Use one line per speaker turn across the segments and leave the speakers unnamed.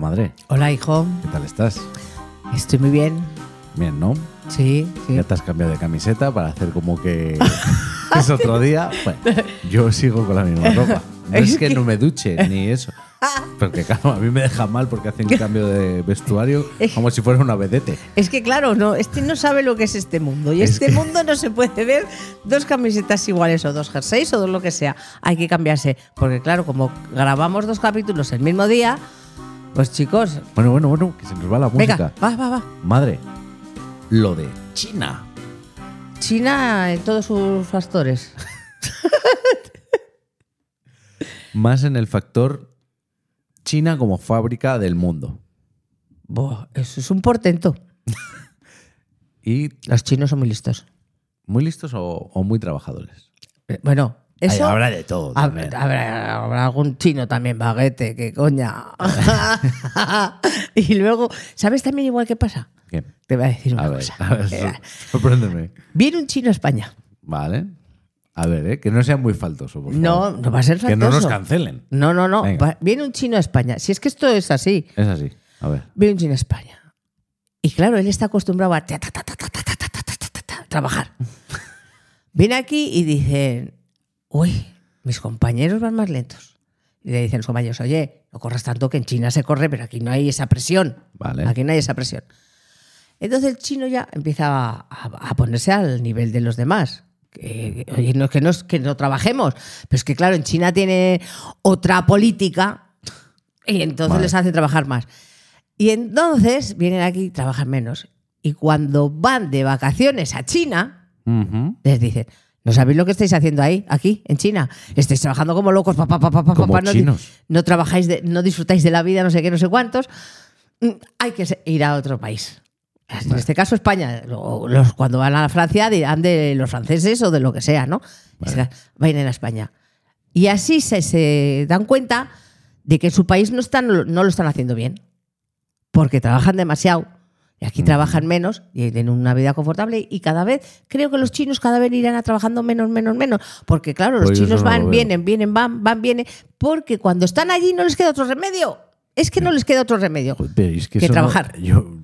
madre.
Hola, hijo.
¿Qué tal estás?
Estoy muy bien.
Bien, ¿no?
Sí, sí.
Ya te has cambiado de camiseta para hacer como que es otro día. Bueno, yo sigo con la misma ropa. No es que no me duche ni eso. Porque claro, a mí me deja mal porque hace un cambio de vestuario como si fuera una vedete.
Es que claro, no, este no sabe lo que es este mundo. Y
Es
este
que-
mundo no se puede ver dos camisetas iguales o dos jerseys o dos lo que sea. Hay que cambiarse. Porque claro, como grabamos dos capítulos el mismo día, pues chicos,
Bueno, bueno, bueno, que se nos va la música.
venga, va, va, va.
Madre, lo de China.
China en todos sus factores.
Más en el factor China como fábrica del mundo.
Buah, eso es un portento.
Y
Los chinos son muy listos.
muy listos o, o muy trabajadores.
Eh, Bueno, eso...
Ay, habrá de todo.
A
Pues también.
ver, habrá, habrá algún chino también, baguete, que coña. y luego, ¿sabes también igual qué pasa?
¿Qué?
Te voy a decir una
A ver,
cosa. Eh,
a ver, sor- sorpréndeme.
Viene un chino a España.
Vale. A ver, ¿eh? que no sea muy faltoso, por
No,
favor.
no va a ser
Que no nos
faltoso.
cancelen.
No, no, no.
Venga.
Va- viene un chino a España. Si es que esto es así.
Es así. A ver.
Viene un chino a España. Y claro, él está acostumbrado a ta, ta, ta, ta, ta, ta, ta, ta, ta, ta, ta, trabajar. Viene aquí y dicen, uy, mis compañeros van más lentos. Y le dicen los compañeros, oye, no corras tanto que en China se corre, pero aquí no hay esa presión.
Vale.
Aquí no hay esa presión. Entonces el chino ya empieza a, a- a ponerse al nivel de los demás. Que, que, oye, no, que, no, es que no trabajemos, pero es que claro, en China tiene otra política y entonces
Vale.
les hace trabajar más. Y entonces vienen aquí y trabajan menos. Y cuando van de vacaciones a China,
Ujú.
les dicen, ¿no sabéis lo que estáis haciendo ahí, aquí, en China? Estáis trabajando como locos, papá, papá, papá,
Como
no, di-
chinos.
no trabajáis, de- no disfrutáis de la vida, no sé qué, no sé cuántos. Mm, Hay que se- ir a otro país. En este caso España, Lo- los, cuando van a Francia dirán de los franceses o de lo que sea, ¿no? Será, Vayan a España. Y así se, se dan cuenta de que en su país no, están, no lo están haciendo bien, porque trabajan demasiado. Y aquí trabajan menos y tienen una vida confortable y cada vez, creo que los chinos cada vez irán a trabajando menos, menos, menos, porque claro, los
Pues yo
chinos
eso no lo
van,
veo.
vienen, vienen, van, van, vienen, porque cuando están allí no les queda otro remedio. Es que no les queda otro remedio.
Joder, pero es que,
Que
eso no-
trabajar.
yo,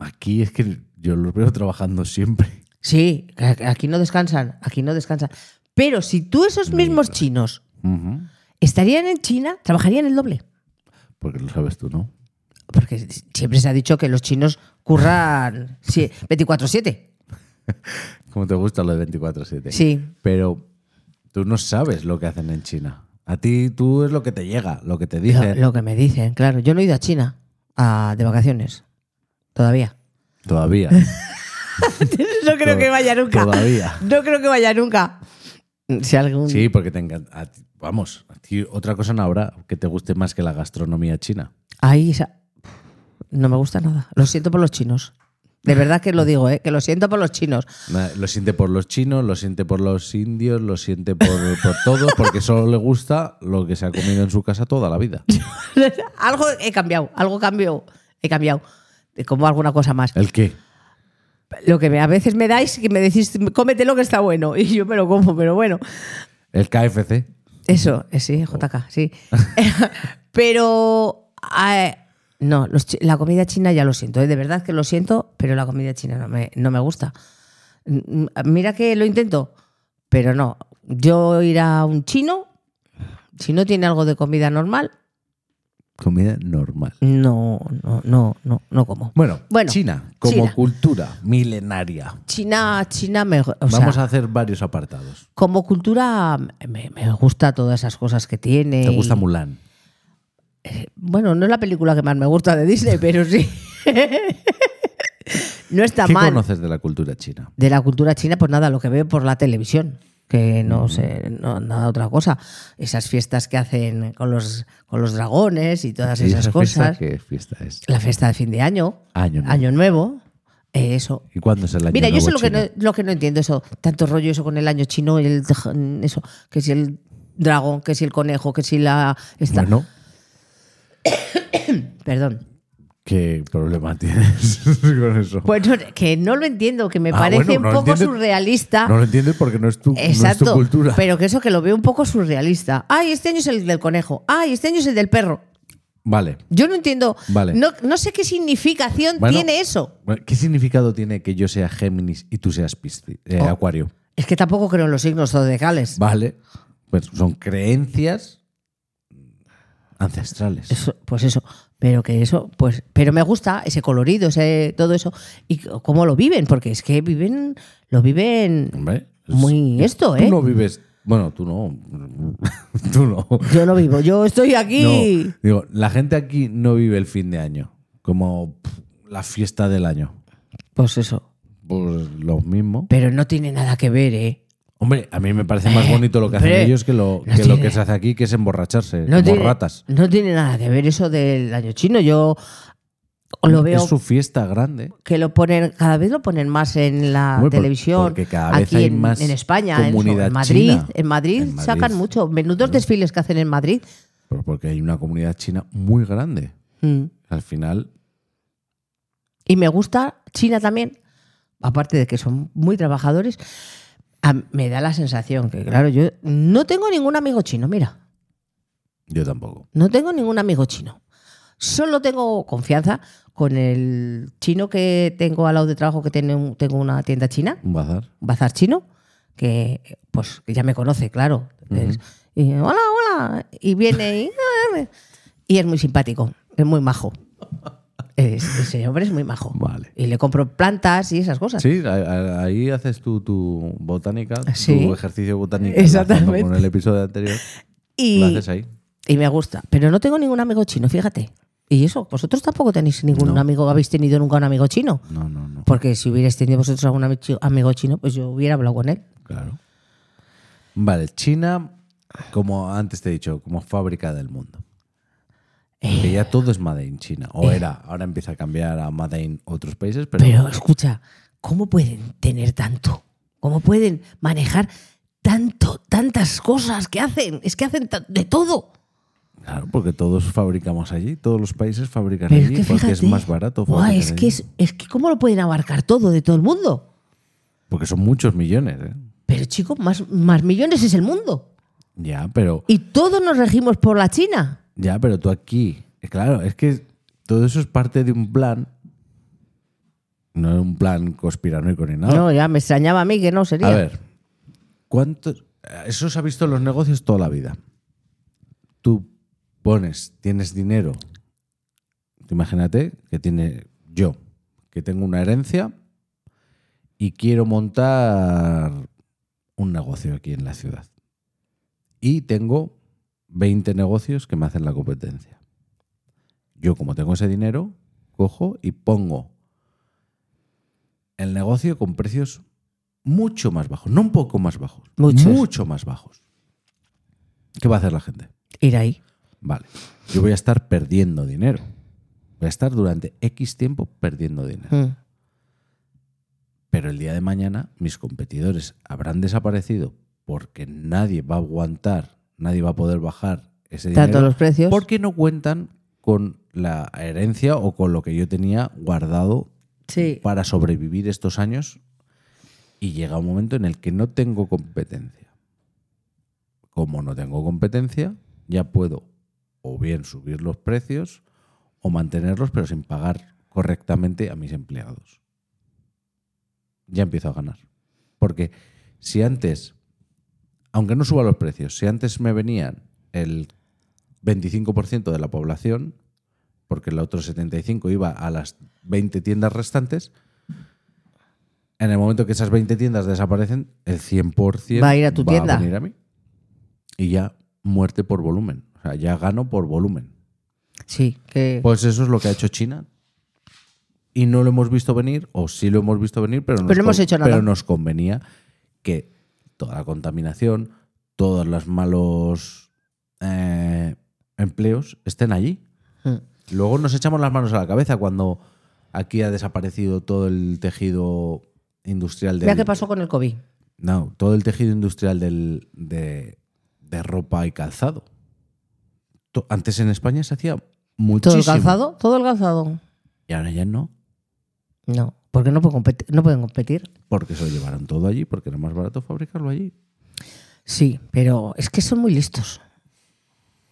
aquí es que yo los veo trabajando siempre.
Sí, aquí no descansan, aquí no descansan. Pero si tú esos mismos chinos
Ujú.
estarían en China, trabajarían el doble.
Porque lo sabes tú, ¿no?
Porque siempre se ha dicho que los chinos curran sí, 24-7.
Como te gusta lo de 24-7.
Sí.
Pero tú no sabes lo que hacen en China. A ti, tú es lo que te llega, lo que te
Lo,
dicen.
lo que me dicen, claro. Yo no he ido a China a- de vacaciones. Todavía.
Todavía.
no creo que vaya nunca.
Todavía.
No creo que vaya nunca. Si algún...
Sí, porque te encanta. a ti- vamos, a ti otra cosa no habrá que te guste más que la gastronomía china.
Ahí esa- no me gusta nada. Lo siento por los chinos. De verdad que lo digo, ¿eh? que lo siento por los chinos.
Na- Lo siente por los chinos, lo siente por los indios, lo siente por, por todos, porque solo le gusta lo que se ha comido en su casa toda la vida.
algo he cambiado, algo cambió, he cambiado. Eh, Como alguna cosa más.
¿El qué?
Lo que me- a veces me dais que me decís, cómete lo que está bueno. Y yo me lo como, pero bueno.
¿El KFC?
Eso, eh,
Oh.
sí, JK, sí. pero eh, no, los chi- la comida china ya lo siento, eh, de verdad que lo siento, pero la comida china no me, no me gusta. Mm, Mira que lo intento, pero no. Yo ir a un chino, si no tiene algo de comida normal,
Comida normal.
no, no, no, no, no como.
Bueno,
Bueno,
China, como
China.
cultura milenaria.
China, China me. o sea,
Vamos a hacer varios apartados.
como cultura me, me gusta todas esas cosas que tiene.
¿Te gusta
y-
Mulan?
Bueno, no es la película que más me gusta de Disney, pero sí. no está
¿Qué
mal.
conoces de la cultura china?
De la cultura china, pues nada, lo que veo por la televisión, que
Mm.
no sé, no, nada otra cosa. Esas fiestas que hacen con los, con los dragones y todas
¿Y
Pues esas
esa Fiesta,
cosas.
¿Qué fiesta es?
La fiesta de fin de año,
Año nuevo.
año nuevo, eh, eso.
¿Y cuándo es el año
Mira, yo
nuevo
sé lo que, no,
chino?
lo que no entiendo, eso, tanto rollo eso con el año chino, el dj- eso, que si el dragón, que si el conejo, que si la. esta-
Bueno,
Perdón.
¿qué problema tienes con eso?
Bueno, que no lo entiendo, que me
Ah,
parece
bueno, no
un
lo
poco
entiendes-
surrealista.
No lo entiendes porque no es tu, no es tu
ah, Exacto,
cultura.
pero que eso que lo veo un poco surrealista. Ay, este año es el del conejo. Ay, este año es el del perro.
Vale.
Yo no entiendo.
Vale.
No, no sé qué significación
Bueno.
tiene eso.
Bueno, ¿Qué significado tiene que yo sea Géminis y tú seas Piscis, eh,
Oh.
Acuario?
Es que tampoco creo en los signos zodiacales.
Vale. Pues son creencias ancestrales.
Eso, pues eso. Pero que eso, pues, pero me gusta ese colorido, ese todo eso. Y c- cómo lo viven, porque es que viven, lo viven.
Hombre, es-
Muy esto, ¿eh?
Tú no vives. Bueno, tú no. tú no.
Yo no vivo, yo estoy aquí.
No, digo, la gente aquí no vive el fin de año. Como pff, la fiesta del año.
Pues eso.
Pues lo mismo.
Pero no tiene nada que ver, ¿eh?
Hombre, a mí me parece más bonito lo que hacen
Hombre,
ellos que lo
no
que, lo
tiene-
que se hace aquí, que es emborracharse.
No
como
tiene,
ratas.
No tiene nada que ver eso del año chino. Yo lo veo
Es su fiesta grande.
que lo ponen, cada vez lo ponen más en la
Hombre, por-
televisión.
porque cada vez
aquí
hay
en,
más
en España, en-
comunidad
en, Madrid,
china.
en Madrid.
En Madrid.
sacan mucho. Menudos desfiles que hacen en Madrid.
Pero porque hay una comunidad china muy grande.
Mm.
Al final,
Y me gusta China también, aparte de que son muy trabajadores, a- me da la sensación que, claro, yo no tengo ningún amigo chino, mira,
yo tampoco.
no tengo ningún amigo chino. Solo tengo confianza con el chino que tengo al lado de trabajo, que tiene un- tengo una tienda china,
Un bazar.
un bazar chino, que pues que ya me conoce, claro. Es- y, hola, hola. Y viene y, y es muy simpático, es muy majo. Es- ese hombre es muy majo.
Vale.
Y le compro plantas y esas cosas.
Sí, a- a- ahí haces tú tu botánica,
Sí.
tu ejercicio botánico.
Exactamente.
enlazando Con el episodio anterior.
y,
Lo haces ahí.
y me gusta. Pero no tengo ningún amigo chino, fíjate. Y eso, vosotros tampoco tenéis ningún
No.
amigo, habéis tenido nunca un amigo chino.
No, no, no.
Porque si hubierais tenido vosotros algún ami- chi- amigo chino, pues yo hubiera hablado con él.
Claro. Vale, China, como antes te he dicho, como fábrica del mundo. Que ya todo es Made in China. O era, ahora empieza a cambiar a Made in otros países, pero,
Eh. Pero escucha, ¿cómo pueden tener tanto? ¿Cómo pueden manejar tanto, tantas cosas que hacen? Es que hacen ta- de todo.
claro, porque todos fabricamos allí, todos los países fabrican
Pero
allí
es que
porque
fíjate,
es más barato.
guau,
fabricar
es, que
allí.
es, es que ¿cómo lo pueden abarcar todo de todo el mundo?
Porque son muchos millones, ¿eh?
Pero chicos, más, más millones es el mundo.
Ya, pero
Y todos nos regimos por la China.
Ya, pero tú aquí. Claro, es que todo eso es parte de un plan. No es un plan conspiranoico ni nada.
No, ya me extrañaba a mí que no sería.
Ah. A ver, ¿cuántos? Eso se ha visto en los negocios toda la vida. Tú pones, tienes dinero. Tú Imagínate que tiene yo, que tengo una herencia y quiero montar un negocio aquí en la ciudad. Y tengo 20 negocios que me hacen la competencia. Yo como tengo ese dinero, cojo y pongo el negocio con precios mucho más bajos, no un poco más bajos,
Muchos.
mucho más bajos. ¿Qué va a hacer la gente?
Ir ahí.
Vale, yo voy a estar perdiendo dinero. Voy a estar durante X tiempo perdiendo dinero.
Mm.
Pero el día de mañana mis competidores habrán desaparecido porque nadie va a aguantar, nadie va a poder bajar ese dinero.
Tanto los precios.
Porque no cuentan con la herencia o con lo que yo tenía guardado
Sí.
para sobrevivir estos años y llega un momento en el que no tengo competencia. Como no tengo competencia, ya puedo o bien subir los precios o mantenerlos pero sin pagar correctamente a mis empleados. Ya empiezo a ganar. Porque si antes, aunque no suba los precios, si antes me venían el 25% de la población, porque el otro 75 iba a las 20 tiendas restantes, en el momento que esas 20 tiendas desaparecen, el 100%
Va a ir a tu tienda.
A venir a mí. Y ya muerte por volumen. O sea, ya gano por volumen.
Sí, que
Pues eso es lo que ha hecho China. Y no lo hemos visto venir, o sí lo hemos visto venir, pero, nos,
Pero no hemos
con-
hecho nada.
pero nos convenía que toda la contaminación, todos los malos eh, empleos estén allí.
Mm.
Luego nos echamos las manos a la cabeza cuando aquí ha desaparecido todo el tejido industrial del,
Mira qué pasó con el COVID.
no, todo el tejido industrial del- de, de ropa y calzado. To- Antes en España se hacía muchísimo.
¿Todo el calzado? ¿Todo el calzado?
Y ahora ya no,
No, porque no, puede competi- no pueden competir.
porque se lo llevaron todo allí, porque era más barato fabricarlo allí.
Sí, pero es que son muy listos.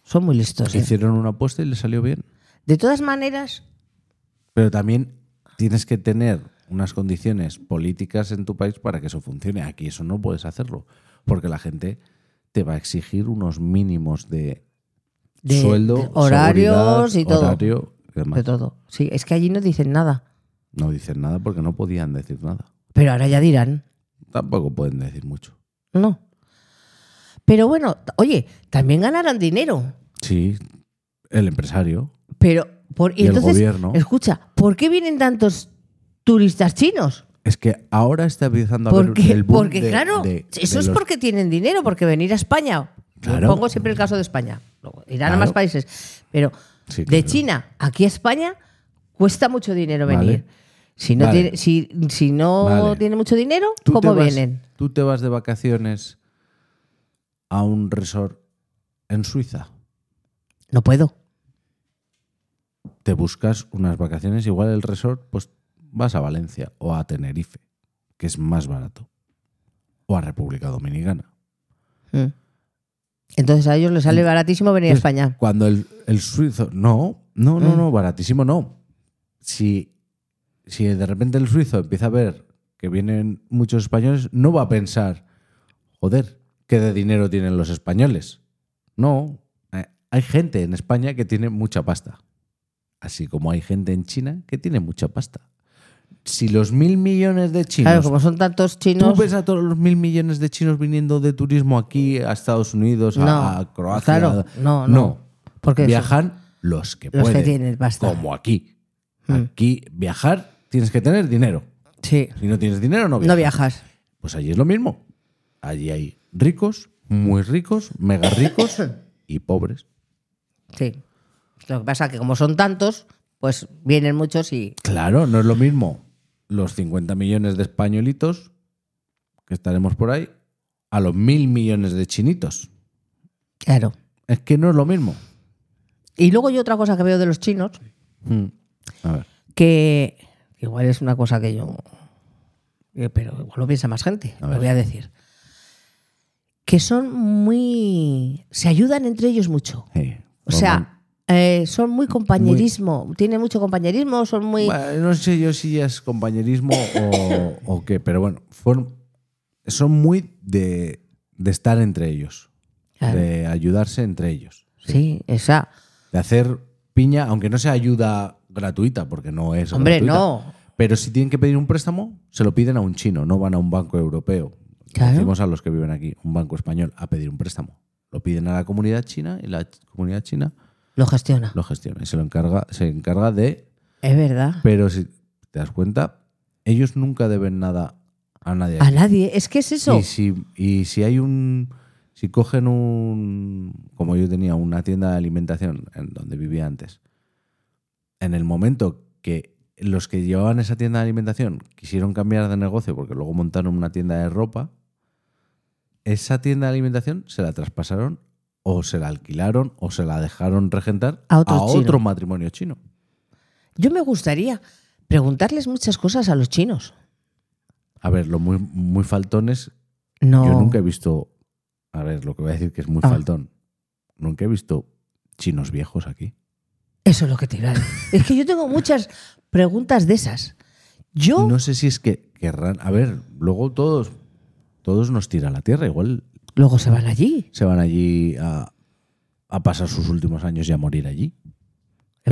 Son muy listos. ¿eh?
Hicieron una apuesta y le salió bien.
De todas maneras,
Pero también tienes que tener unas condiciones políticas en tu país para que eso funcione. Aquí eso no puedes hacerlo, porque la gente te va a exigir unos mínimos de,
De-
sueldo,
de horarios
seguridad,
y todo.
horario y demás.
de todo. Sí, es que allí no dicen nada.
No dicen nada porque no podían decir nada.
Pero ahora ya dirán.
Tampoco pueden decir mucho.
No. Pero bueno, t- oye, también ganarán dinero.
Sí, el empresario.
Pero por, y
Y el
entonces,
gobierno.
escucha, ¿por qué vienen tantos turistas chinos?
Es que ahora está empezando a haber
Porque,
el boom
porque
de-
claro,
de-
eso
de
es
los-
porque tienen dinero, porque venir a España,
Claro.
pongo siempre el caso de España, luego irán a
Claro.
más países, pero
Sí,
de
claro.
China aquí a España cuesta mucho dinero
Vale.
venir. Si no,
Vale.
tiene, si, si no
Vale.
tiene mucho dinero,
Tú te
¿cómo
vas-
vienen?
Tú te vas de vacaciones a un resort en Suiza.
No puedo.
Te buscas unas vacaciones, igual el resort, pues vas a Valencia o a Tenerife, que es más barato. O a República Dominicana.
Mm. Entonces a ellos les sale baratísimo venir a
Entonces,
España.
Cuando el, el suizo. No, no, no,
Mm.
no, baratísimo no. Si, si de repente el suizo empieza a ver que vienen muchos españoles, no va a pensar, joder, ¿qué de dinero tienen los españoles? No. eh, Hay gente en España que tiene mucha pasta. Así como hay gente en China que tiene mucha pasta. Si los mil millones de chinos
Claro, como son tantos
¿Tú
chinos.
ves a todos los mil millones de chinos viniendo de turismo aquí a Estados Unidos, a-
No,
a, Croacia?
claro, no, no. Porque
viajan los que
los que
pueden.
tienen Hmm. pasta.
Como aquí. Aquí viajar tienes que tener dinero.
Sí,
Si no tienes dinero, no viajas.
no viajas.
Pues allí es lo mismo. Allí hay ricos, muy ricos, mega ricos y pobres.
Sí. Lo que pasa es que como son tantos, pues vienen muchos y
Claro, no es lo mismo los 50 millones de españolitos que estaremos por ahí a los mil millones de chinitos.
claro.
Es que no es lo mismo.
Y luego yo otra cosa que veo de los chinos,
Mm. A ver.
que igual es una cosa que yo... eh, Pero igual lo piensa más gente,
A
lo
ver.
voy a decir. Que son muy... Se ayudan entre ellos mucho.
sí.
O sea, eh, son muy compañerismo, tienen mucho compañerismo, son muy...
Bueno, no sé yo si ya es compañerismo o, o qué, pero bueno, fueron- son muy de, de estar entre ellos,
Claro.
de ayudarse entre ellos,
Sí, esa.
de hacer piña, aunque no sea ayuda gratuita, porque no es
Hombre,
gratuita,
no.
Pero si tienen que pedir un préstamo, se lo piden a un chino, no van a un banco europeo.
Claro.
Decimos a los que viven aquí, un banco español, a pedir un préstamo. Lo piden a la comunidad china y la ch- comunidad china
Lo gestiona.
lo gestiona y se lo encarga, se encarga de.
Es verdad.
Pero si te das cuenta, ellos nunca deben nada a nadie.
A nadie. Es que es eso.
Y si, y si hay un. Si cogen un. Como yo tenía, una tienda de alimentación en donde vivía antes. En el momento que los que llevaban esa tienda de alimentación quisieron cambiar de negocio porque luego montaron una tienda de ropa, esa tienda de alimentación se la traspasaron o se la alquilaron o se la dejaron regentar
A otro chino.
otro matrimonio chino.
Yo me gustaría preguntarles muchas cosas a los chinos.
A ver, lo muy, muy faltones
No.
Yo nunca he visto. A ver, lo que voy a decir que es muy
Ah.
faltón. Nunca he visto chinos viejos aquí.
Eso es lo que te iba a decir. es que yo tengo muchas preguntas de esas. Yo,
No sé si es que querrán. A ver, luego todos. Todos nos tiran a la tierra. Igual
luego se van allí.
se van allí a, a pasar sus últimos años y a morir allí.
Es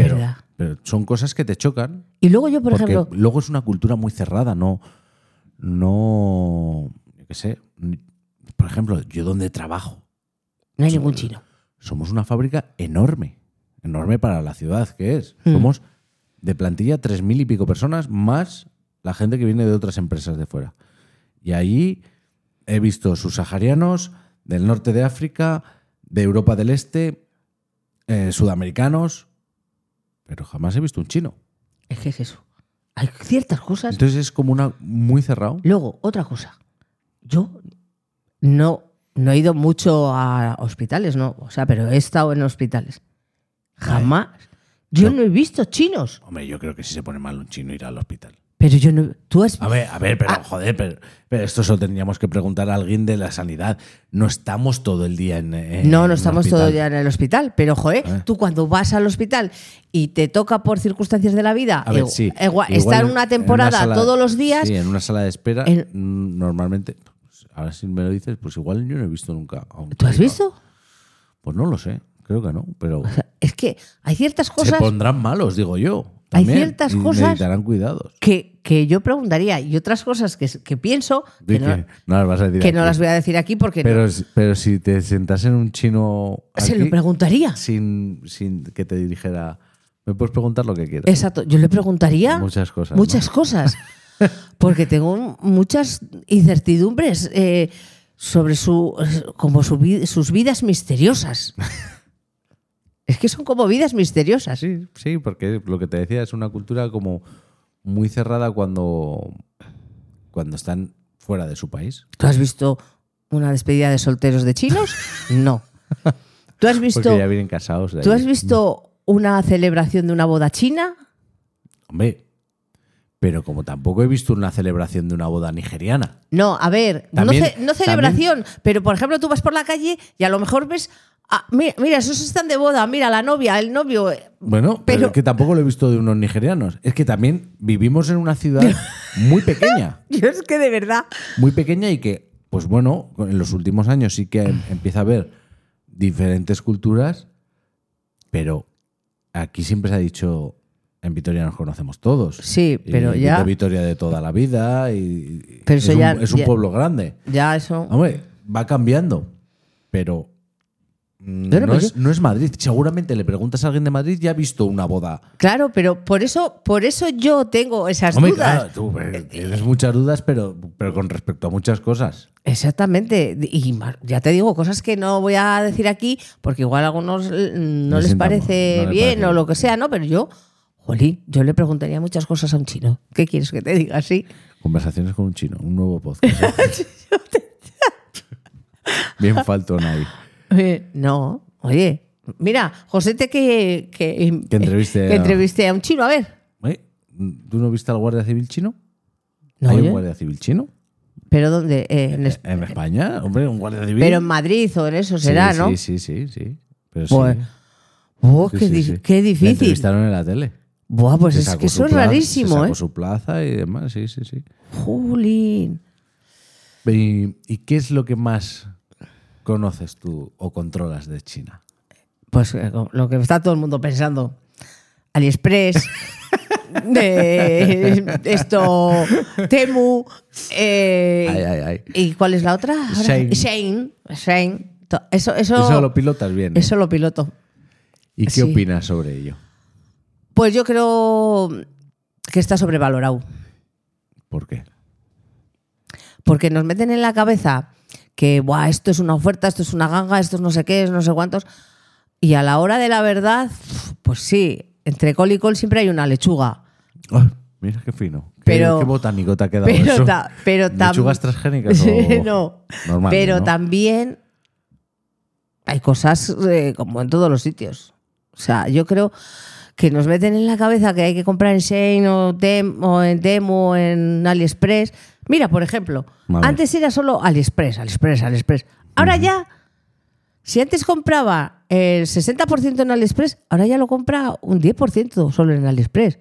Pero,
verdad.
pero son cosas que te chocan.
Y luego yo, por
porque
ejemplo,
luego es una cultura muy cerrada. No. No. Yo qué sé. Por ejemplo, yo donde trabajo.
no hay ningún chino.
somos una fábrica enorme, enorme para la ciudad que es. Somos de plantilla tres mil y pico personas más la gente que viene de otras empresas de fuera. Y allí he visto subsaharianos del norte de África, de Europa del Este, eh, sudamericanos, pero jamás he visto un chino.
Es que es eso. Hay ciertas cosas.
Entonces es como una muy cerrado.
luego, otra cosa. Yo no, no he ido mucho a hospitales, ¿no? O sea, pero he estado en hospitales. Jamás. Yo no he visto chinos.
Hombre, yo creo que si se pone mal un chino irá al hospital.
Pero yo no. Tú has.
A ver, a ver,
Ah.
pero joder, pero, pero esto se lo tendríamos que preguntar a alguien de la sanidad. No estamos todo el día en. en
No, no
un
estamos
hospital.
todo el día en el hospital, pero joder,
Ah.
tú cuando vas al hospital y te toca por circunstancias de la vida
A ver,
igu-
sí.
igua-
Igual
estar
en-
una
en
temporada
sala-
todos los días,
Sí, en una sala de espera,
En-
mm, normalmente. pues, ahora si me lo dices, pues igual yo no he visto nunca. a un
¿tú has
médico.
visto?
Pues no lo sé, creo que no, pero
O sea, es que hay ciertas
se
cosas
pondrán malos, digo yo.
Hay
también,
ciertas
y
cosas-
Necesitarán cuidados.
que, que yo preguntaría y otras cosas que, que pienso que
Di
no,
que no las vas a decir
que no
aquí.
las voy a decir aquí porque no-
pero, si- pero si te sentas en un chino.
se
aquí,
lo preguntaría.
sin, sin que te dirigiera. Me puedes preguntar lo que quieras.
Exacto, yo le preguntaría
Muchas cosas, ¿no?
Muchas cosas. Porque tengo muchas incertidumbres eh, sobre su, como su vi- sus vidas misteriosas. Es que son como vidas misteriosas.
Sí, sí, porque lo que te decía es una cultura como muy cerrada cuando, cuando están fuera de su país.
¿Tú has visto una despedida de solteros de chinos? No. ¿Tú has visto,
Porque ya vienen casados. de
¿tú
allí.
has visto una celebración de una boda china?
Hombre, pero como tampoco he visto una celebración de una boda nigeriana.
No, a ver,
También-
no, ce- no
también-
celebración, pero por ejemplo tú vas por la calle y a lo mejor ves, ah, mira, mira, esos están de boda, mira, la novia, el novio, eh,
Bueno, pero,
Pero-
que tampoco lo he visto de unos nigerianos. Es que también vivimos en una ciudad muy pequeña.
Yo es que de verdad.
muy pequeña y que, pues bueno, en los últimos años sí que em- empieza a haber diferentes culturas, pero aquí siempre se ha dicho, en Vitoria nos conocemos todos.
Sí,
Y
pero
de
ya-
Vitoria de toda la vida y
Pero
es,
eso
un,
ya-
es un
ya-
pueblo grande.
Ya, eso.
Hombre, va cambiando, pero mm,
Bueno,
no,
pues
es, no es Madrid. Seguramente le preguntas a alguien de Madrid ya ha visto una boda.
Claro, pero por eso, por eso yo tengo esas
Hombre,
dudas.
claro, tú eh, tienes muchas dudas, pero, pero con respecto a muchas cosas.
Exactamente. Y ma- ya te digo, cosas que no voy a decir aquí, porque igual a algunos eh, no
Me
les
sienta mal, no
parece
les
bien
parece
o
bien.
lo que sea, ¿no? Pero yo, jolín, yo le preguntaría muchas cosas a un chino. ¿Qué quieres que te diga así?
Conversaciones con un chino, un nuevo podcast. Bien faltón ahí.
Eh, No, oye. Mira, Josete que, que,
Que entreviste
que
a-
entreviste a un chino, a ver.
¿Eh? ¿Tú no viste al guardia civil chino?
No,
¿Hay
oye.
un guardia civil chino?
Pero ¿dónde? Eh, en es-
En España, hombre, un guardia civil.
pero en Madrid o en eso
Sí,
será, ¿no?
Sí, sí, sí, sí. Pero
Pues,
sí.
Oh,
Sí,
qué,
sí,
di-
sí.
qué
Le
difícil.
entrevistaron en la tele.
Buah, pues
Se
es
sacó
que
su
eso es
plaza- Se
rarísimo,
sacó
¿eh?
su plaza y demás, sí, sí, sí.
Jolín.
¿Y, y qué es lo que más conoces tú o controlas de China?
Pues eh, lo que está todo el mundo pensando. AliExpress. de esto. Temu. eh,
Ay, ay, ay.
¿Y cuál es la otra? Ahora-
Shane.
Shane. Shane. To- Eso, eso,
Eso lo pilotas bien. ¿eh?
eso lo piloto.
¿Y qué
sí.
opinas sobre ello?
Pues yo creo que está sobrevalorado.
¿Por qué?
porque nos meten en la cabeza que Buah, esto es una oferta, esto es una ganga, esto es no sé qué, es no sé cuántos. Y a la hora de la verdad, pues sí, entre col y col siempre hay una lechuga.
Ay, mira qué fino. Qué-
Pero-
qué, botánico te ha quedado
pero
eso.
ta- pero tam-
¿Lechugas transgénicas o
no,
normales,
pero
¿no?
también hay cosas eh, como en todos los sitios. O sea, yo creo que nos meten en la cabeza que hay que comprar en Shane o, Tem- o en Temu o en AliExpress. Mira, por ejemplo,
A ver.
antes era solo AliExpress, AliExpress, AliExpress. Ahora ya, si antes compraba el 60% en AliExpress, ahora ya lo compra un 10% solo en AliExpress.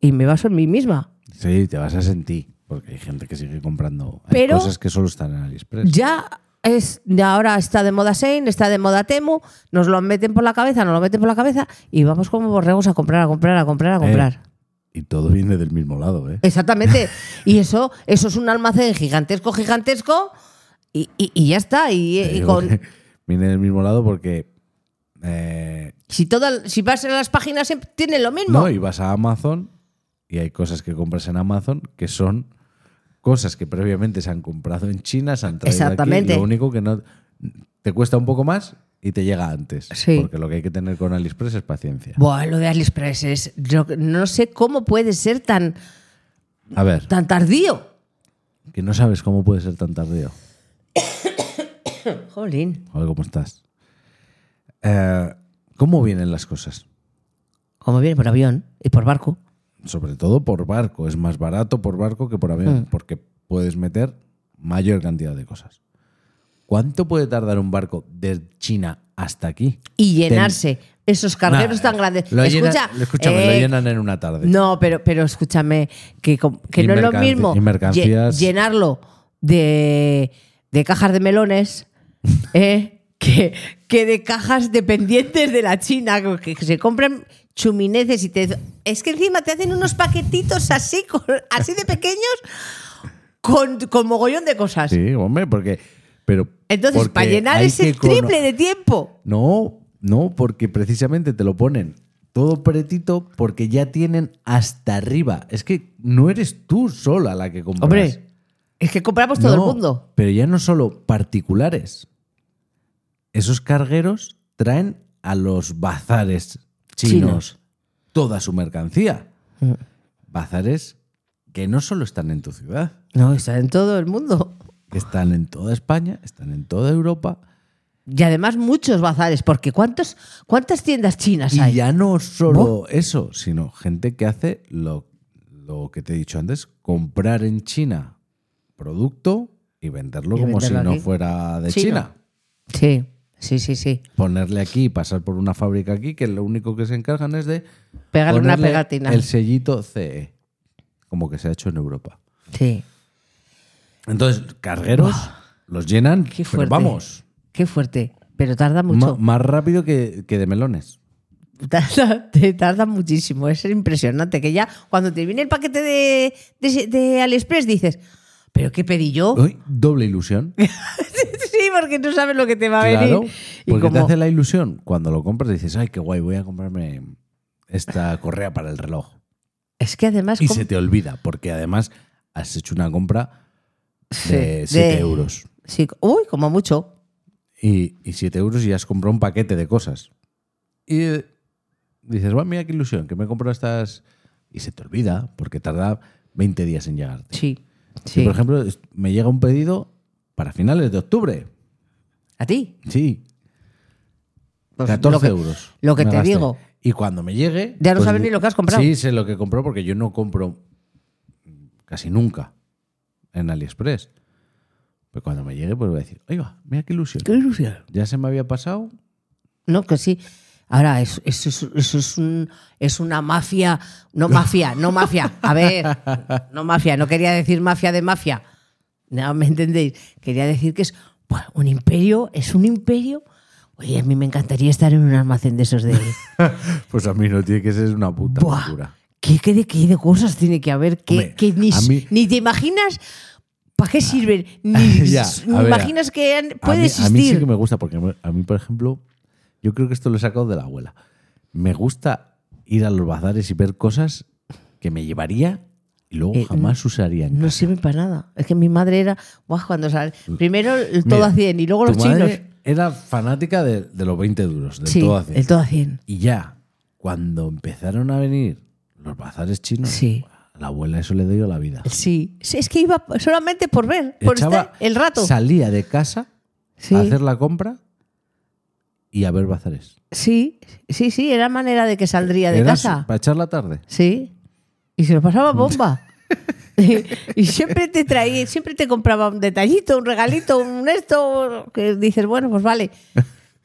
Y me baso en mí misma.
Sí, te vas a sentir. Porque hay gente que sigue comprando hay
Pero-
cosas que solo están en AliExpress.
Ya es, ya ahora está de moda Sein, está de moda Temu, nos lo meten por la cabeza, nos lo meten por la cabeza y vamos como borregos a comprar, a comprar, a comprar, a
Eh,
comprar.
y todo viene del mismo lado, ¿eh?
Exactamente. Y eso, eso es un almacén gigantesco, gigantesco y, y- y ya está. Eh, Y,
Te
y
digo
con,
que Viene del mismo lado porque. eh,
si, todas si vas en las páginas siempre tienen lo mismo.
no, y vas a Amazon y hay cosas que compras en Amazon que son cosas que previamente se han comprado en China, se han traído
Exactamente.
aquí. Lo único que no. Te cuesta un poco más y te llega antes.
Sí.
Porque lo que hay que tener con AliExpress es paciencia.
Buah, lo de AliExpress es- yo no sé cómo puede ser tan,
A ver,
tan tardío.
que no sabes cómo puede ser tan tardío.
Jolín,
Joder, ¿cómo estás? Eh, ¿Cómo vienen las cosas?
como viene por avión y por barco.
sobre todo por barco, es más barato por barco que por
Mm.
avión, porque puedes meter mayor cantidad de cosas. ¿Cuánto puede tardar un barco de China hasta aquí?
Y llenarse esos cargueros
Nada,
tan grandes.
Lo llenan,
Escucha,
escúchame,
eh,
lo llenan en una tarde.
No, pero, pero escúchame, que, com- que
Y
no es lo
mercanci-
mismo
y mercancías.
lle- llenarlo de, de cajas de melones ¿eh? que, que de cajas dependientes de la China, que, que se compran chumineces y te... Es que encima te hacen unos paquetitos así, con- así de pequeños, con, con mogollón de cosas.
Sí, hombre, porque. Pero
Entonces,
porque
para llenar
hay
ese
que cono-
triple de tiempo.
No, no, porque precisamente te lo ponen todo pretito porque ya tienen hasta arriba. Es que no eres tú sola la que compras.
Hombre, es que compramos todo
No,
el mundo.
Pero ya no solo particulares. Esos cargueros traen a los bazares chinos toda su mercancía.
Mm.
Bazares que no solo están en tu ciudad,
No, está en todo el mundo.
que están en toda España, están en toda Europa.
Y además muchos bazares, porque ¿cuántos, ¿cuántas tiendas chinas
Y
hay?
ya no solo eso, sino gente que hace lo, lo que te he dicho antes, comprar en China producto y venderlo
Y
como
venderlo
si no
aquí.
fuera de
Chino.
China.
Sí, sí, sí, sí.
Ponerle aquí y pasar por una fábrica aquí que lo único que se encargan es de
Pegarle una
ponerle
pegatina.
El sellito CE, como que se ha hecho en Europa.
Sí.
Entonces, cargueros los llenan,
Qué
pero
fuerte.
vamos,
Qué fuerte. Pero tarda
ma-
mucho.
más rápido que, que de melones.
Tarda, te tarda muchísimo. Es impresionante. Que ya cuando te viene el paquete de, de, de AliExpress dices, ¿pero qué pedí yo?
Uy, doble ilusión.
sí, porque no sabes lo que te va a
Claro,
venir. Y
porque te
como-
hace la ilusión cuando lo compras dices, ay, qué guay, voy a comprarme esta correa para el reloj.
Es que además...
Y
como-
se te olvida, porque además has hecho una compra de
Sí,
7
de-
euros.
sí, uy, como mucho.
Y, y 7 euros y has comprado un paquete de cosas. Y eh, dices, bueno, mira qué ilusión, que me compro estas... Y se te olvida, porque tarda 20 días en llegarte.
Sí.
Y,
sí.
por ejemplo, es- me llega un pedido para finales de octubre.
¿A ti?
Sí,
Pues
14
lo que-
euros.
lo que
me
te
gasté.
digo.
Y cuando me llegue. pues
Ya no sabes ni lo que has comprado.
Sí, sé lo que compró porque yo no compro casi nunca en AliExpress. Pero cuando me llegue, pues voy a decir, oiga, mira qué ilusión.
ilusión.
Ya se me había pasado.
No, que sí. Ahora, eso, eso es- eso es, un- es una mafia. No mafia, no mafia. A ver, no mafia. No quería decir mafia de mafia. No, ¿me entendéis? Quería decir que es bueno, un imperio, es un imperio. Oye, a mí me encantaría estar en un almacén de esos de...
Pues a mí no tiene que ser una puta
Buah,
locura.
¿qué, qué, de, qué de cosas tiene que haber? Que,
Hombre,
que ni,
a mí-
ni te imaginas para qué sirven, ni,
Ya,
ni
a ver,
imaginas que han-
A
puede
mí,
existir.
a mí sí que me gusta porque me- a mí, por ejemplo, yo creo que esto lo he sacado de la abuela. Me gusta ir a los bazares y ver cosas que me llevaría y luego
Eh,
jamás usaría. en
No sirve para nada. Es que mi madre era, guau, cuando sale. Primero el todo
Mira,
a 100 y luego
tu
los
madre
chinos.
Era fanática de, de los 20 duros, del
Sí,
todo a cien.
el todo a 100.
Y ya, cuando empezaron a venir los bazares chinos,
Sí.
a la abuela eso le dio la vida.
Sí. Sí, es que iba solamente por ver, por
Echaba-
estar el rato.
Salía de casa
Sí,
a hacer la compra y a ver bazares.
sí, sí, sí, era manera de que saldría de
Era Mm.
casa.
Para echar la tarde.
Sí. Y se lo pasaba bomba. y siempre te traía, siempre te compraba un detallito, un regalito, un esto, que dices, bueno, pues vale.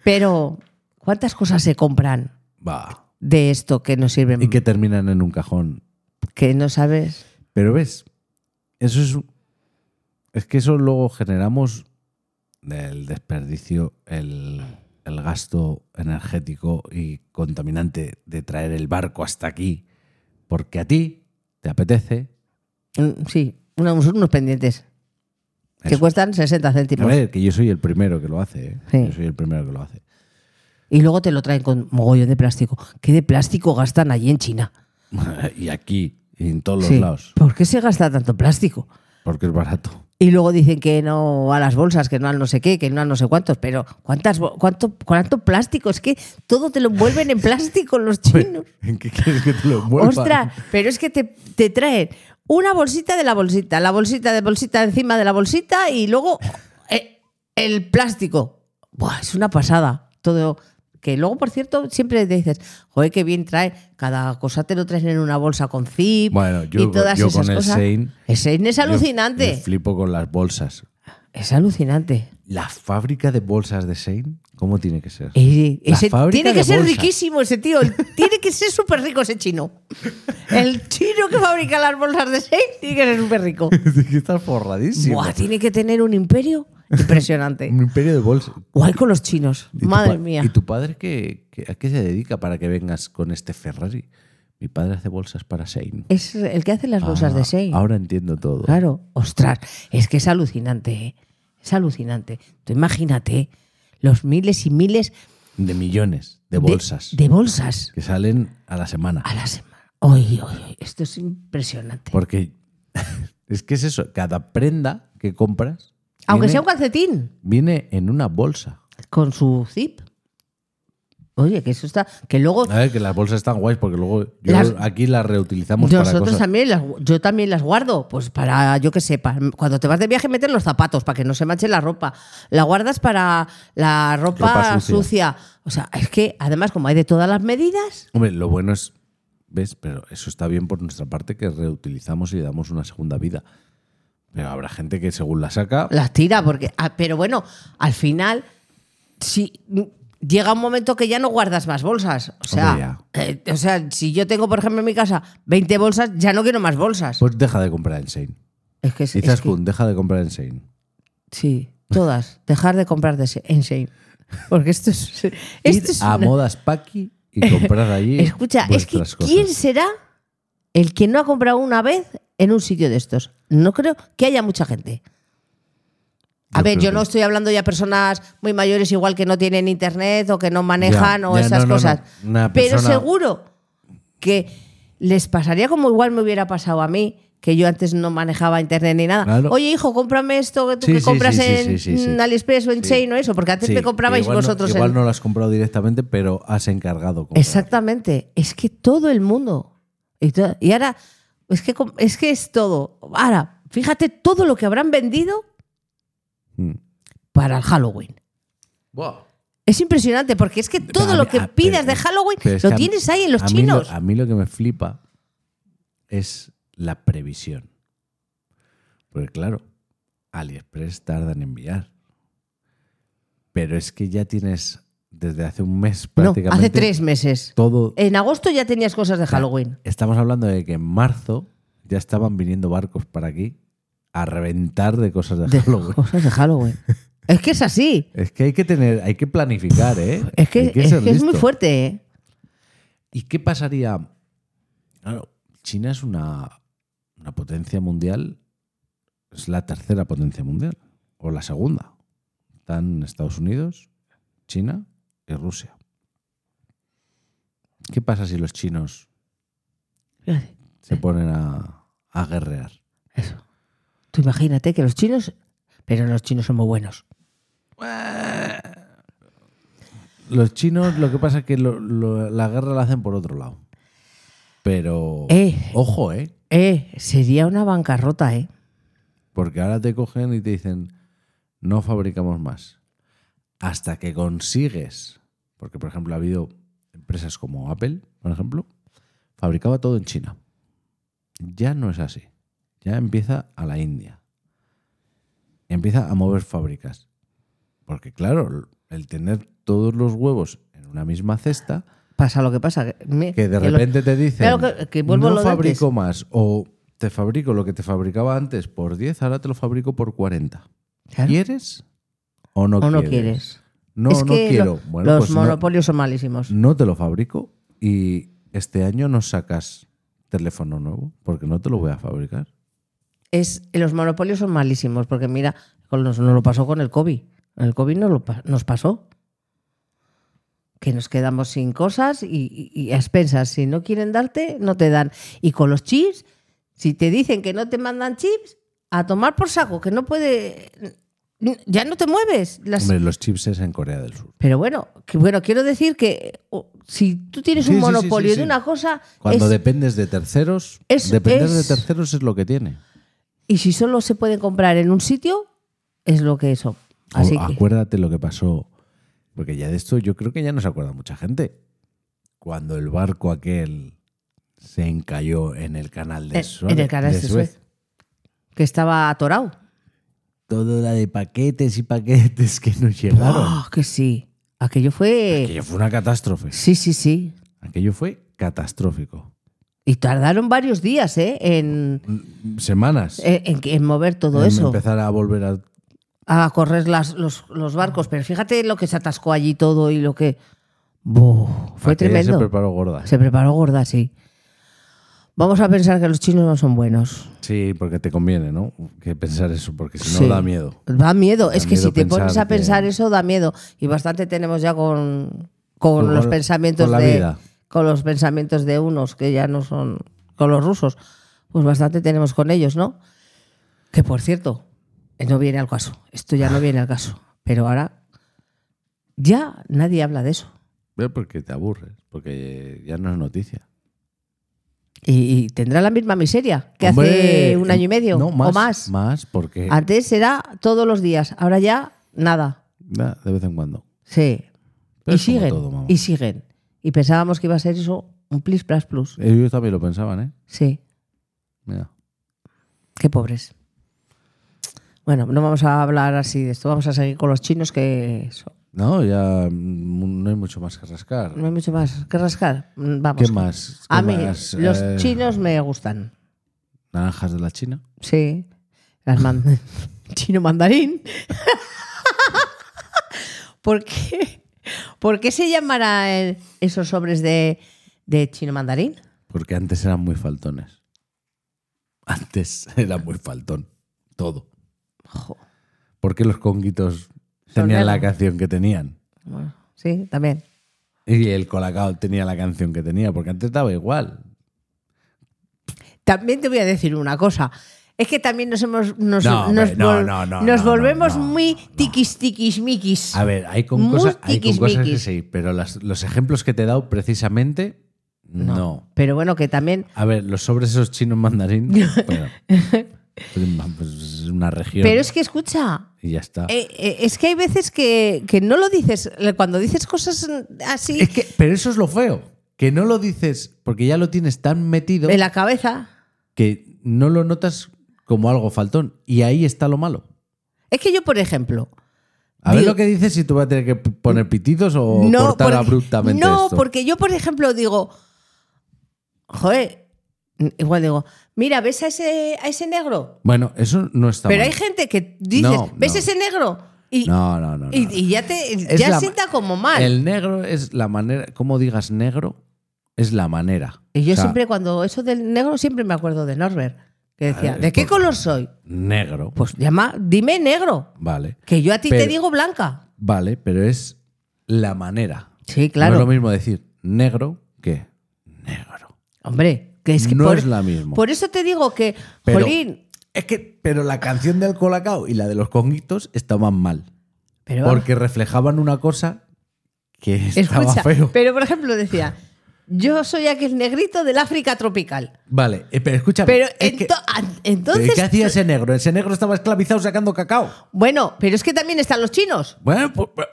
Pero, ¿cuántas cosas se compran
Va.
de esto que no sirven?
Y que terminan en un cajón.
que no sabes.
Pero ves, eso es. Es que eso luego generamos el desperdicio, el, el gasto energético y contaminante de traer el barco hasta aquí. Porque a ti te apetece.
Mm, Sí, unos, unos pendientes que
eso.
cuestan 60
A
céntimos.
ver, que yo soy el primero que lo hace. ¿eh?
pues. Sí.
Yo soy el primero que lo hace.
Y luego te lo traen con mogollón de plástico. ¿Qué de plástico gastan allí en China?
y aquí, y en todos
Sí.
los lados.
¿Por qué se gasta tanto plástico?
Porque es barato.
Y luego dicen que no a las bolsas, que no al no sé qué, que no al no sé cuántos, pero ¿cuántas, bo- cuánto, ¿cuánto plástico? Es que todo te lo envuelven en plástico los chinos.
¿En qué quieres que te lo envuelva?
Ostras, pero es que te, te traen una bolsita de la bolsita, la bolsita de bolsita encima de la bolsita y luego eh, el plástico. Buah, es una pasada. Todo que luego, por cierto, siempre te dices, joder, qué bien trae, cada cosa te lo traen en una bolsa con zip
Bueno, yo,
y todas
yo
esas
con el
cosas.
Shane,
el Shane es
yo-
alucinante.
yo flipo con las bolsas.
es alucinante.
La fábrica de bolsas de Shane, ¿cómo tiene que ser?
Eh,
La
ese-
fábrica
tiene que
de
ser
bolsas.
riquísimo ese tío. El- Tiene que ser súper rico ese chino. El chino que fabrica las bolsas de seis tiene que ser súper rico.
Tiene que estar forradísimo.
Buah, tiene que tener un imperio impresionante.
Un imperio de bolsas.
Guay con los chinos.
¿Y tu
Madre
pa-
mía.
¿Y tu padre qué, qué- a qué se dedica para que vengas con este Ferrari? Mi padre hace bolsas para Shane.
Es el que hace las bolsas de
Ah,
seis.
Ahora entiendo todo.
Claro, ostras, es que es alucinante, ¿eh? es alucinante. Tú imagínate ¿eh? los miles y miles
De millones de
de-
bolsas
de, bolsas
que salen a la semana.
a la semana. Oy, oy, oy, esto es impresionante.
Porque es que es eso, cada prenda que compras
Aunque
viene,
sea un calcetín
viene en una bolsa.
con su zip. Oye, que eso está, que luego
A ver, que las bolsas están guays porque luego yo
Las-
aquí las reutilizamos para
nosotros
cosas.
también las, gu- yo también las guardo, pues para yo que sepa, cuando te vas de viaje metes los zapatos para que no se manche la ropa, la guardas para la ropa,
Ropa sucia.
sucia, o sea, es que además como hay de todas las medidas.
Hombre, lo bueno es, ¿ves? Pero eso está bien por nuestra parte que reutilizamos y le damos una segunda vida. Pero habrá gente que según la saca,
Las tira, porque. ah, pero bueno, al final, si llega un momento que ya no guardas más bolsas. O sea, eh, o sea, si yo tengo, por ejemplo, en mi casa 20 bolsas, ya no quiero más bolsas.
pues deja de comprar en Shane.
es que es- es
Quizás
que-
Kun, deja de comprar en Shane.
Sí, todas. Dejar de comprar de se- en Shein. Porque esto es.
Ir
Esto es
a
una-
modas Paki y comprar allí.
escucha, es que
vuestras
¿quién
cosas.
será el que no ha comprado una vez en un sitio de estos? No creo que haya mucha gente. A
Yo
ver,
creo
yo
que-
no estoy hablando ya personas muy mayores, igual que no tienen internet o que no manejan
Ya,
o
ya,
esas
no, no,
cosas.
no. Una
Pero
persona-
seguro que les pasaría como igual me hubiera pasado a mí, que yo antes no manejaba internet ni nada.
Claro.
Oye, hijo, cómprame esto que tú
Sí,
que
sí,
compras
sí, sí,
en
sí, sí, sí.
mm, AliExpress o en Chain o eso, porque antes
Sí,
me
que
comprabais
igual no-
vosotros
igual
en-
no lo has comprado directamente, pero has encargado. comprar.
Exactamente. Es que todo el mundo. Y, to- y ahora, es que, com- es que es todo. Ahora, fíjate todo lo que habrán vendido
Mm.
para el Halloween. Es impresionante porque es que todo
a
lo
mí-
que
a-
pidas
pero- eh,
de Halloween
pero es
lo
que a mí-
tienes ahí en los
a mí lo-
chinos.
a mí lo que me flipa es la previsión. Porque claro, AliExpress tarda en enviar. Pero es que ya tienes desde hace un mes
no,
prácticamente.
hace tres meses.
Todo.
En agosto ya tenías cosas de Halloween.
Estamos hablando de que en marzo ya estaban viniendo barcos para aquí a reventar de cosas de,
De
Halloween.
cosas de Halloween. es que es así.
Es que hay que tener, hay que planificar, ¿eh?
Es que,
Hay
es,
ser
que es muy
listo.
fuerte. ¿eh?
¿Y qué pasaría? Claro, China es una, una potencia mundial, es la tercera potencia mundial, o la segunda. Están Estados Unidos, China y Rusia. ¿Qué pasa si los chinos
Fíjate,
se ponen a, a guerrear?
Eso. Tú imagínate que los chinos. Pero los chinos son muy buenos.
Los chinos lo que pasa es que lo- lo- la guerra la hacen por otro lado. Pero
Eh.
ojo, ¿eh?
Eh, sería una bancarrota, ¿eh?
Porque ahora te cogen y te dicen, no fabricamos más. Hasta que consigues. Porque, por ejemplo, ha habido empresas como Apple, por ejemplo, fabricaba todo en China. Ya no es así. Ya empieza a la India. Empieza a mover fábricas. Porque, claro, el tener todos los huevos en una misma cesta,
Pasa lo que pasa. Que, me-
que de
que lo-
repente te dicen,
Claro que- que vuelvo a
no
lo de
fabrico más, o te fabrico lo que te fabricaba antes por 10, ahora te lo fabrico por 40.
Claro.
¿Quieres o no
o
quieres?
no quieres.
No,
Es
no
que
quiero.
lo-
bueno,
los
pues no-
monopolios son malísimos.
no, te lo fabrico y este año no sacas teléfono nuevo porque no te lo voy a fabricar.
Es, los monopolios son malísimos, porque mira, con los- nos lo pasó con el COVID. Con El COVID nos, lo pa- nos pasó. Que nos quedamos sin cosas y, y- y a expensas. Si no quieren darte, no te dan. Y con los chips, si te dicen que no te mandan chips, a tomar por saco, que no puede. Ya no te mueves. Las,
Hombre, los chips es en Corea del Sur.
Pero bueno, que, bueno, quiero decir que o, si tú tienes
Sí,
un
sí, sí,
monopolio
sí, sí.
de una cosa
Cuando
es-
dependes de terceros,
es-
depender
es-
de terceros es lo que tiene.
y si solo se puede comprar en un sitio, es lo que eso. Así
O-
que
Acuérdate lo que pasó Porque ya de esto yo creo que ya no se acuerda mucha gente. Cuando el barco aquel se encalló en el canal de
Eh, En-
Suez.
en el canal de Suez. Que estaba atorado.
Todo era de paquetes y paquetes que nos llegaron.
Ah, que sí. Aquello fue.
Aquello fue una catástrofe.
Sí, sí, sí.
Aquello fue catastrófico.
Y tardaron varios días ¿eh? en,
Mm, Semanas.
en- en- en mover Eh, todo
en
eso,
Empezar a volver a
a correr las- los, los barcos. Pero fíjate lo que se atascó allí todo y lo que... Buh, fue
Aquella
tremendo.
Se preparó gorda.
Se preparó gorda, sí. Vamos a pensar que los chinos no son buenos.
Sí, porque te conviene, ¿no? Que pensar eso, porque si no
Sí.
da miedo.
Da miedo. es que
miedo
si te
pensar
pones a
que-
pensar eso, da miedo. Y bastante tenemos ya con, con
Con-
los
con
pensamientos
la
de.
vida.
Con los pensamientos de unos que ya no son. Con los rusos. Pues bastante tenemos con ellos, ¿no? Que por cierto, eh, no viene al caso. Esto ya no viene al caso. Pero ahora. Ya nadie habla de eso.
Ve, Porque te aburres, porque ya no es noticia.
Y, y tendrá la misma miseria que
Hombre,
hace un año y medio
no,
o más. Ah.
Más, porque
Antes era todos los días, ahora ya nada.
da, de vez en cuando.
Sí.
Pero
y
es como
siguen.
todo, mamá.
y siguen. Y pensábamos que iba a ser eso un plis plas plus.
Ellos también lo pensaban, ¿eh?
Sí.
Mira.
Qué pobres. Bueno, no vamos a hablar así de esto. Vamos a seguir con los chinos que so-
No, ya mm, no hay mucho más que rascar.
no hay mucho más que rascar. Mm, Vamos.
¿Qué más?
A
¿Qué
mí
más?
los
Eh,
chinos me gustan.
Naranjas de la China.
Sí. Las man- chino mandarín. ¿Por qué? ¿Por qué se llamará el- esos sobres de, de chino mandarín?
Porque antes eran muy faltones. Antes era muy faltón. Todo.
Jo.
¿Por qué los conguitos tenían la
negros.
canción que tenían?
Bueno, sí, también.
Y el colacao tenía la canción que tenía, porque antes daba igual.
También te voy a decir una cosa. Es que también nos hemos nos,
No, hombre,
nos
no,
vol-
no, no,
nos
no,
volvemos
no, no,
muy
no.
tiquis tiquis miquis.
A ver, hay con
Muy
cosas, hay con cosas que
tiquismiquis.
sí, pero las- los ejemplos que te he dado precisamente, no.
Pero bueno, que también
A ver, los sobres esos chinos mandarín, bueno, pues es una región
Pero es que escucha,
y ya está.
eh, eh, es que hay veces que, que no lo dices. Cuando dices cosas así
Es que, pero eso es lo feo, que no lo dices porque ya lo tienes tan metido
en la cabeza,
que no lo notas como algo faltón. Y ahí está lo malo.
Es que yo, por ejemplo,
A ver
Digo-
lo que dices si tú vas a tener que p- poner pitidos o
no,
cortar
porque,
abruptamente
no,
esto.
porque yo, por ejemplo, digo, joder, igual digo, mira, ¿ves a ese, a ese negro?
Bueno, eso no está
Pero
mal.
hay gente que dices,
No,
¿ves
no.
ese negro? Y,
No, no, no. no.
y- y ya te
Es
ya
la-
sienta como mal.
El negro es la manera, como digas negro, es la manera.
y yo
O sea,
siempre, cuando eso del negro, siempre me acuerdo de Norbert, que
Ah,
decía, ¿de qué color soy?
Negro,
Pues llama, dime negro,
vale.
que yo a ti te
Pero-
digo blanca.
Vale, pero es la manera.
Sí,
No
claro.
es lo mismo decir negro que negro.
Hombre, que es que
No
por,
es la misma.
Por eso te digo que,
Pero-
Jolín,
Es que, pero la canción del colacao y la de los conguitos estaban mal.
pero vamos.
Porque reflejaban una cosa que estaba
Escucha,
feo.
pero por ejemplo decía, yo soy aquel negrito del África tropical.
Vale, eh, pero escúchame.
Pero
es que-
ento- an-
¿pero
entonces,
¿Qué hacía ese negro? Ese negro estaba esclavizado sacando cacao.
bueno, pero es que también están los chinos
Bueno, pues. pues,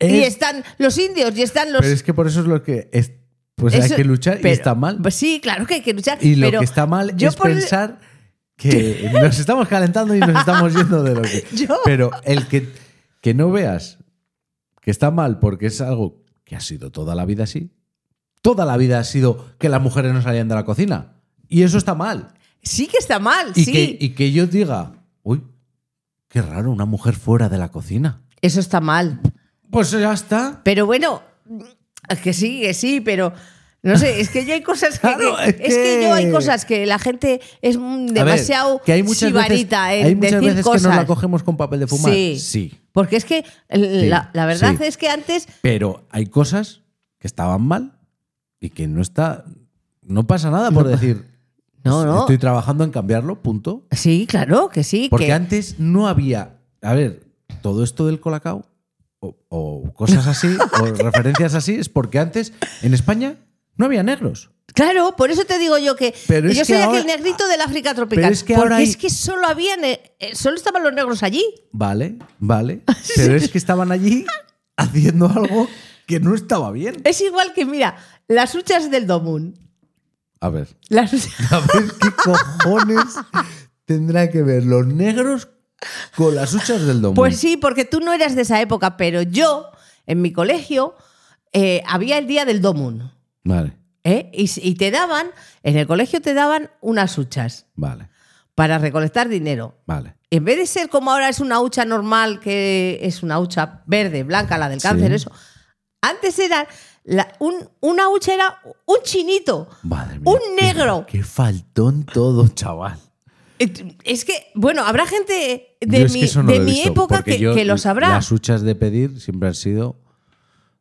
y
es-
están los indios y están los
Pero es que por eso es lo que. es- pues
eso-
hay que luchar
pero-
y está mal.
Pues sí, claro que hay que luchar.
Y lo
pero
que está mal
yo
es
por-
pensar que nos estamos calentando y nos estamos yendo de lo que.
Yo-
Pero el que, que no veas que está mal porque es algo que ha sido toda la vida así. Toda la vida ha sido que las mujeres no salían de la cocina. Y eso está mal.
Sí que está mal,
Y,
sí.
que, y que yo diga, uy, qué raro, una mujer fuera de la cocina.
Eso está mal.
Pues ya está.
Pero bueno, que sí, que sí, pero no sé, es que yo hay cosas que,
Claro,
que-
es
es que yo hay
que-
cosas que la gente es mm,
A ver,
demasiado
que hay muchas
sibarita
veces,
en
hay muchas
decir
veces
cosas.
que nos la cogemos con papel de fumar.
Sí.
sí.
Porque es que l-
Sí,
la, la verdad
sí.
es que antes
Pero hay cosas que estaban mal y que no está. No pasa nada por decir.
No, no.
Estoy trabajando en cambiarlo, punto.
Sí, claro, que sí.
Porque
que-
antes no había. A ver, todo esto del colacao o, o cosas así, o referencias así, es porque antes en España no había negros.
Claro, por eso te digo yo que
Pero es
yo
que
soy aquel
ahora-
negrito del África tropical.
Pero es que
porque
ahora hay-
es que solo habían, eh, eh, solo estaban los negros allí.
Vale, vale. Pero es que estaban allí haciendo algo que no estaba bien.
Es igual que, mira, las huchas del Domun.
A ver,
Las huchas-
a ver qué cojones tendrá que ver los negros con las huchas del domo.
Pues sí, porque tú no eras de esa época, pero yo, en mi colegio, eh, había el día del Domun.
Vale,
¿eh? Y, s- y te daban, en el colegio te daban unas huchas
vale,
para recolectar dinero.
vale.
En vez de ser como ahora es una hucha normal, que es una hucha verde, blanca, la del cáncer,
Sí.
eso. Antes era la- un- una hucha era un chinito.
Madre mía.
Un
qué-
negro.
Qué faltón todo, chaval.
Et- Es que, bueno, habrá gente
Yo
de
es que
mi,
eso no
de
lo he
mi
visto,
época
porque
que,
yo
que lo sabrá.
Las huchas de pedir siempre han sido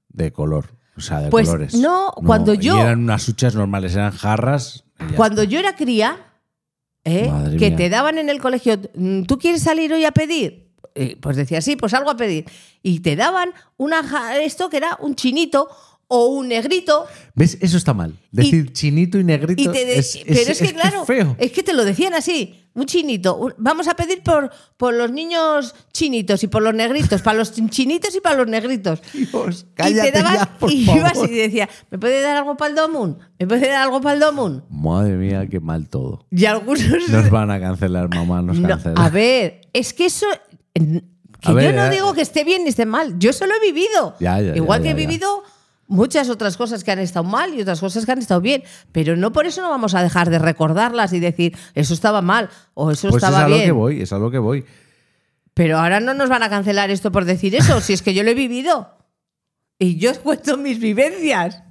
de color, o sea, de
Pues
colores.
no, cuando
y
yo-
eran unas huchas normales, eran jarras. y ya
Cuando yo era cría, ¿eh?
Madre
que
mía.
te daban en el colegio, mm, ¿tú quieres salir hoy a pedir? Eh, Pues decía, sí, pues algo a pedir. Y te daban una, ja- esto que era un chinito o un negrito.
está. ¿Ves? Eso está mal. Decir chinito y negrito.
Y te de-
es,
pero es, que, claro,
feo.
es que te lo decían así, un chinito. un- vamos a pedir por, por los niños chinitos y por los negritos, para los chin- chinitos y para los negritos.
Dios,
y
cállate
te daban,
ya, por
y
favor.
ibas y decía, ¿me puede dar algo para el domun? ¿Me puede dar algo para el domun?
Madre mía, qué mal todo.
Y algunos
Nos van a cancelar, mamá, nos
No,
cancelan.
a ver, es que eso. n-
Pues A
Que
ver,
yo no
ya.
digo que esté bien ni esté mal. Yo eso lo he vivido.
Ya, ya,
Igual
ya,
que
ya,
he
ya.
vivido muchas otras cosas que han estado mal y otras cosas que han estado bien. Pero no por eso no vamos a dejar de recordarlas y decir, eso estaba mal o eso
pues es
estaba
a lo
bien.
que voy, es a lo que voy.
Pero ahora no nos van a cancelar esto por decir eso, si es que yo lo he vivido. Y yo os cuento mis vivencias.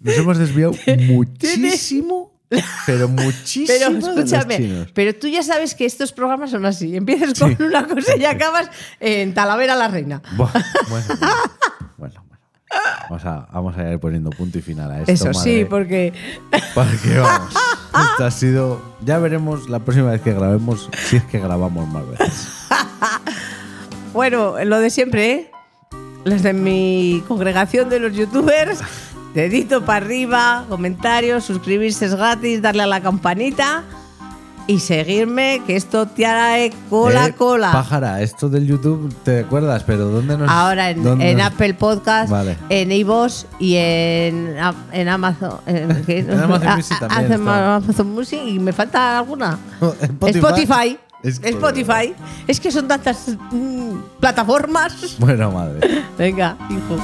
Nos hemos desviado muchísimo, pero muchísimo.
Pero
de los
escúchame,
chinos.
pero tú ya sabes que estos programas son así. Empiezas con una cosa y acabas en Talavera la Reina.
Buah, Bueno, bueno, bueno, bueno. Vamos a, vamos a ir poniendo punto y final a esto.
Eso sí,
madre.
porque
Porque vamos. Esto ha sido. Ya veremos la próxima vez que grabemos si es que grabamos más veces.
Bueno, lo de siempre, ¿eh? Los de mi congregación de los youtubers, dedito para arriba, comentarios, suscribirse es gratis, darle a la campanita y seguirme, que esto te hará cola,
Eh,
cola.
Pájara, esto del YouTube, ¿te acuerdas? Pero ¿dónde nos.?
Ahora en,
dónde
en
nos-
Apple Podcast,
Vale.
en iVoox y en, a- en Amazon. En, ¿qué?
En Amazon Music
A- a-
también
Amazon-
estamos.
Amazon Music y me falta alguna.
Spotify.
Spotify.
Es que-
Spotify. Es que son tantas mm, plataformas.
Bueno, madre.
Venga, hijo.